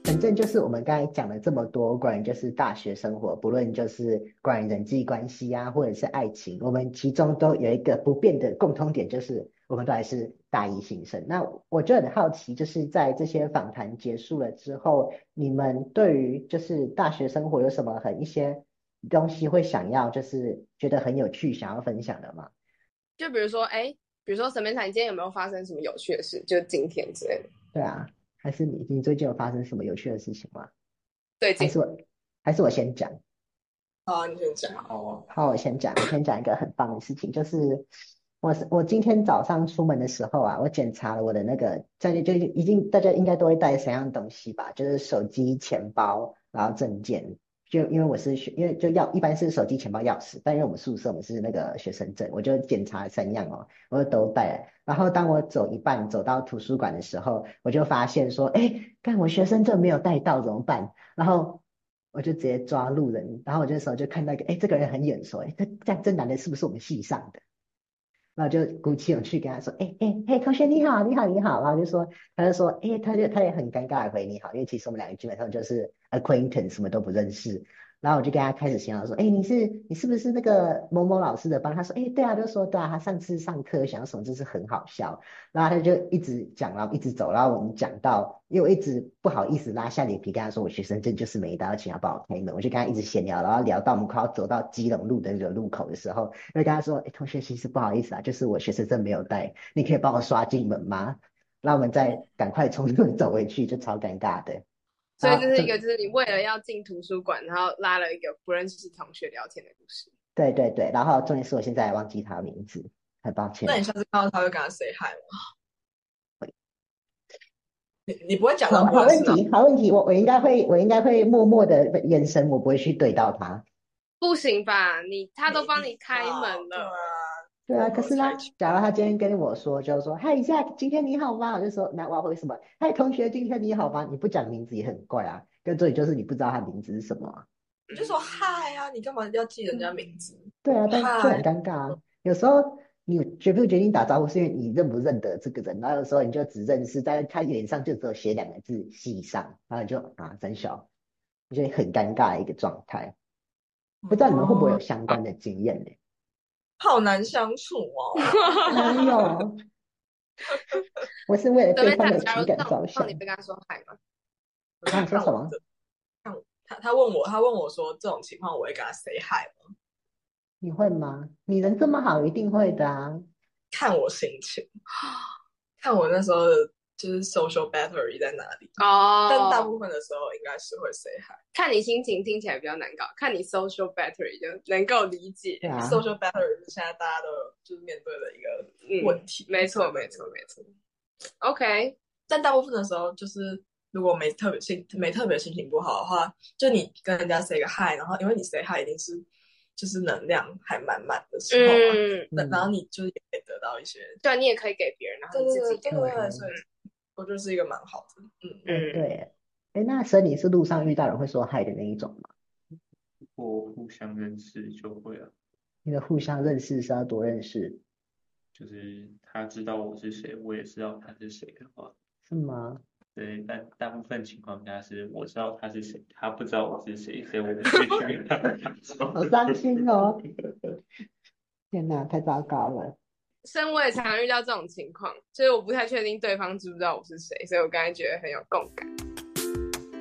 反正就是我们刚才讲了这么多关于就是大学生活，不论就是关于人际关系啊，或者是爱情，我们其中都有一个不变的共通点，就是我们都还是大一新生。那我就很好奇，就是在这些访谈结束了之后，你们对于就是大学生活有什么很一些东西会想要，就是觉得很有趣，想要分享的吗？
就比如说，哎，比如说沈美彩，你今天有没有发生什么有趣的事？就今天之类的，
对啊，还是你你最近有发生什么有趣的事情吗？
最
还
近
是我还是我先讲？
好啊，你先讲。
哦，
好，我先讲，我先讲一个很棒的事情，就是我是我今天早上出门的时候啊，我检查了我的那个，在就一定大家应该都会带三样东西吧，就是手机、钱包，然后证件。就因为我是学，因为就要一般是手机、钱包、钥匙，但因为我们宿舍我们是那个学生证，我就检查了三样哦，我就都带了。然后当我走一半走到图书馆的时候，我就发现说，哎，看我学生证没有带到怎么办？然后我就直接抓路人，然后我这时候就看到一个，哎，这个人很眼熟，哎，这这这男的是不是我们系上的？然后就鼓起勇气跟他说，哎哎嘿，同学你好，你好你好，然后就说，他就说，哎，他就他也很尴尬的回你好，因为其实我们两个基本上就是 acquaintance，什么都不认识。然后我就跟他开始闲聊说，哎，你是你是不是那个某某老师的班？他说，哎，对啊，就说对啊，他上次上课想什么，真是很好笑。然后他就一直讲，然后一直走，然后我们讲到，因为我一直不好意思拉下脸皮跟他说我学生证就是没到，请他帮我开门。我就跟他一直闲聊，然后聊到我们快要走到基隆路的那个路口的时候，就跟他说：“哎，同学，其实不好意思啊，就是我学生证没有带，你可以帮我刷进门吗？”那我们再赶快从这里走回去，就超尴尬的。
所以
然后
这是一个，就是你为了要进图书馆，然后拉了一个不认识同学聊天的故事。
对对对，然后重点是我现在还忘记他的名字，很抱歉
那。你下次看到他会跟他 say hi 吗？你你不会讲
好，
到
好
话
问
是吗？
题，好问题，我我应该会，我应该会默默的眼神，我不会去对到他。
不行吧？你他都帮你开门
对啊
了，，
对啊，可
我
是呢
才去，
假如他今天跟我说，就是说，嗨，一下，今天你好吗？我就说，那我要回什么？嗨，同学，今天你好吗？你不讲名字也很怪啊。跟这里就是你不知道他名字是什么啊。
你就说嗨啊，你干嘛要记人家名字？
对啊，但这很
嗨
尴尬啊。有时候你决不决定打招呼，是因为你认不认得这个人，然后有时候你就只认识，但是他脸上就只有写两个字“系上”，然后你就啊，真小，我觉得很尴尬的一个状态。不知道你们会不会有相关的经验呢？
嗯好难相 处哦。
哪有？哎 我是为了
准备
对方
想
的
假
情
如
感
让
着
让你
想。
被跟他说嗨吗？
那你说什么？
他他问我，他问我说这种情况我会跟他 say hi 吗？
你会吗？你人这么好，一定会的啊！
看我心情， 看我那时候的就是 social battery 在哪里。但大
哦，
部分的时候应该是会 say hi。
看你心情听起来比较难搞，看你 social battery 就能够理解。
对啊，
social battery 是现在大家都有就是面对的一个
嗯，
问题。
没错，没错，没错。OK，
但大部分的时候就是如果没特别心没特别心情不好的话，就你跟人家 say 个 hi，然后因为你 say hi 一定是就是能量还满满的时候嘛，
嗯，
那
嗯
然后你就是也可以得到一些，
对，啊你也可以给别人，然后
对
你自
对
己
对
给
对对，
嗯
所以我觉得是一个蛮好的，嗯。
哎，
嗯，
对，哎，那所以你是路上遇到人会说嗨的那一种吗？
或互相认识就会啊，
你的互相认识是要多认识，
就是他知道我是谁，我也知道他是谁的话，
是吗？
对，但大部分情况下是我知道他是谁，他不知道我是谁，所以我不会去跟他
好伤心哦！天哪，太糟糕了。
生我也常常遇到这种情况，所以我不太确定对方知不知道我是谁，所以我刚才觉得很有共感。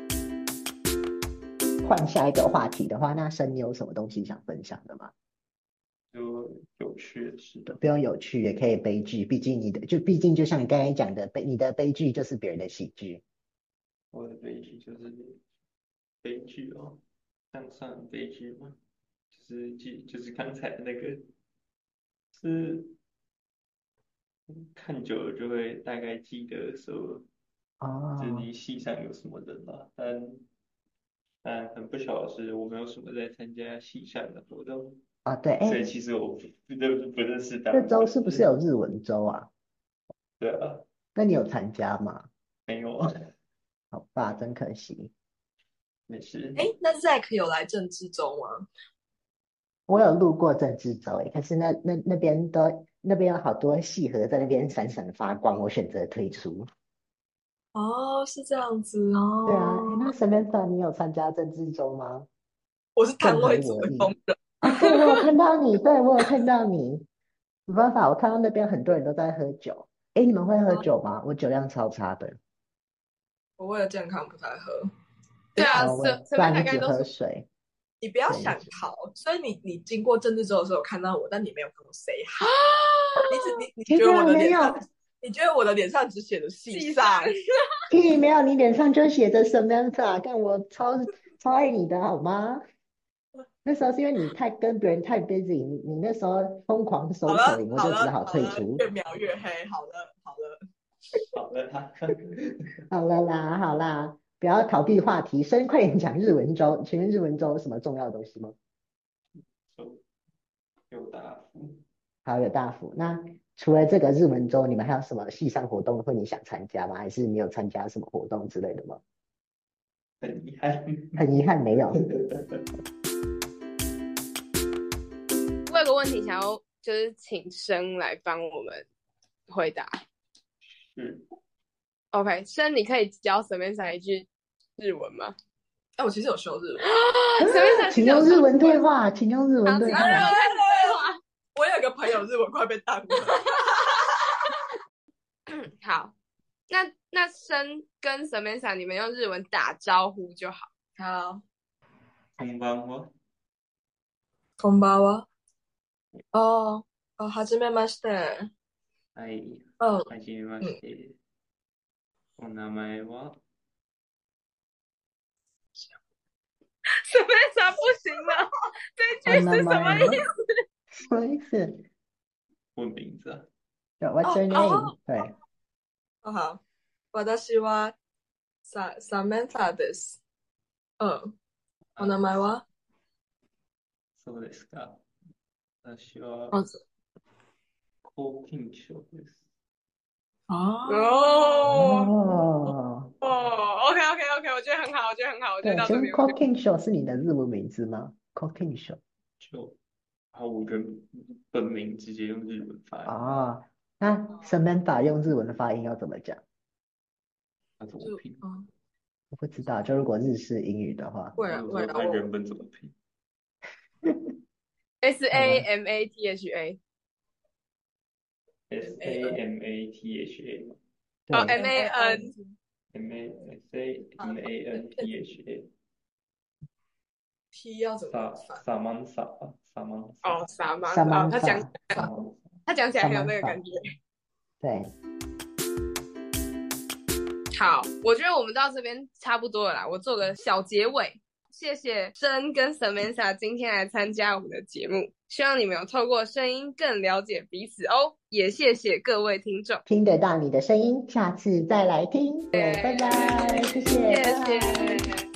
换下一个话题的话，那生你有什么东西想分享的吗？
就有趣的事。
不用有趣，也可以悲剧，毕竟你的就毕竟就像你刚才讲的，悲你的悲剧就是别人的喜剧。
我的悲剧就是悲剧哦，这样算悲剧吗？就是记就是刚才那个，是看久了就会大概记得说，
哦
就是你系上有什么人了、啊，但但很不巧的是，我没有什么在参加系上的活动，
啊，对，哎，
所以其实我不不不认识大
这
部
周
分
是不是
人
有日文周啊？
对啊，
那你有参加吗？
没有啊，
好吧，真可惜。
没事。
哎，那 Zack 有来郑志中吗？
我有路过郑志州诶，可是那那那边都那边有好多细盒在那边闪闪发光，我选择退出。
哦，是这样子哦。
对啊，诶那 Samantha，你有参加郑志州吗？
我嗯是摊位
正
组
合我
的
意
工人，
啊，对，我有看到你，对，我有看到你。没办法，我看到那边很多人都在喝酒。诶，你们会
哦
喝酒吗？我酒量超差的。
我为了健康不太喝。
对啊，
好，我
什
不
什
然
么大
你
概
只
都
喝
是
水。
你不要
对
想逃，所以你你经过政治周的时候有看到我，但你没有跟我 say hi，你只你你
其
觉
实
得我
我
的
没
脸
有
上，你觉得我的脸上只写着系
系
上
上，
屁没有，你脸上就写着 Samantha，但我超超爱你的好吗？那时候是因为你太跟别人太 busy，你你那时候疯狂搜
好
索
了
你，我
好
就只
了
好
好
退
了，
出。
越描越黑，好了好了，
好了，他
好了啦，好啦，不要逃避话题，先快点讲日文周。请问日文周有什么重要的东西吗？
就有答复。
好，有大福。那除了这个日文周，你们还有什么系上活动会你想参加吗？还是你有参加什么活动之类的吗？
很遗憾。
很遗憾没有。
我有个问题想要就是请生来帮我们回答。
是，
OK，生你可以教 Samantha 一句日文吗？
哎，我其实有修日文，
啊 Samantha
请
是有
用日文对
说
话，请用日文
好
对
请
话
用。日文对话。
我有一个朋友日文快被耽误了，
好，那那生跟 Samantha 你们用日文打招呼就好。
好，哦
空班吗？
空巴哇，哦哦，はじめまして，
はい、
嗯，
はじめまして。お名前は
Samantha 不行了， 这句是什么意思？
思？ 什么意思？
问名字啊。
对 What's your
哦
name？对，
哦好，私はササメンタです。嗯，お名前は？
そうですか。私は
哦
好緊張です。
哦，
哦
哦，
哦，OK OK OK，我觉得很好，我觉得很好，我觉
对
得，到
请
这边
问 c o c k i n g Show 是你的日文名字吗 c o c k i n g Show
就把我原本名直接用日文发音，
哦，那 Samantha 用日文的发音要怎么讲？
他怎么
就
拼？
嗯。
我不知道，就如果日式英语的话，
为了
我
为
说
了
他
我，
原本怎么拼？
S A M A T H A，
S A M A T H A 吗
哦
对，
M A N，
M A S A M A N T H A
T 要怎
萨
么翻？
萨曼萨吧萨曼萨
哦，傻吗？
萨
哦
曼，
他讲
萨，
萨曼萨
他讲起来很有那个感觉。
对，
好，我觉得我们到这边差不多了啦，我做个小结尾。谢谢真跟 Samantha 今天来参加我们的节目，希望你们有透过声音更了解彼此哦。也谢谢各位听众，
听得到你的声音，下次再来听。对，拜拜，谢谢，
谢谢。